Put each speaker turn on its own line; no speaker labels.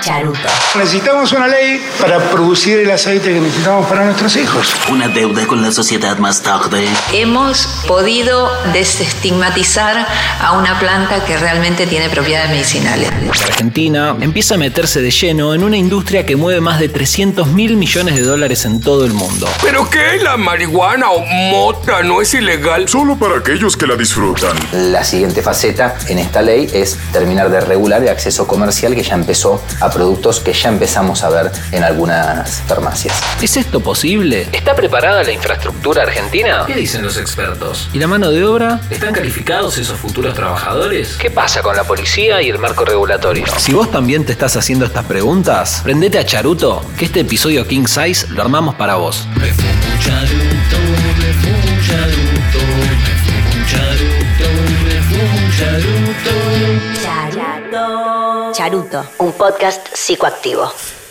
Charuto.
Necesitamos una ley para producir el aceite que necesitamos para nuestros hijos.
Una deuda con la sociedad más tarde.
Hemos podido desestigmatizar a una planta que realmente tiene propiedades medicinales.
Argentina empieza a meterse de lleno en una industria que mueve más de 300 mil millones de dólares en todo el mundo.
¿Pero qué? ¿La marihuana o mota no es ilegal?
Solo para aquellos que la disfrutan.
La siguiente faceta en esta ley es terminar de regular el acceso comercial que ya empezó a productos que ya empezamos a ver en algunas farmacias.
¿Es esto posible?
¿Está preparada la infraestructura argentina?
¿Qué dicen los expertos?
¿Y la mano de obra?
¿Están calificados esos futuros trabajadores?
¿Qué pasa con la policía y el marco regulatorio?
Si vos también te estás haciendo estas preguntas, prendete a Charuto, que este episodio King Size lo armamos para vos.
Charuto. Charuto.
Charuto, un podcast psicoactivo.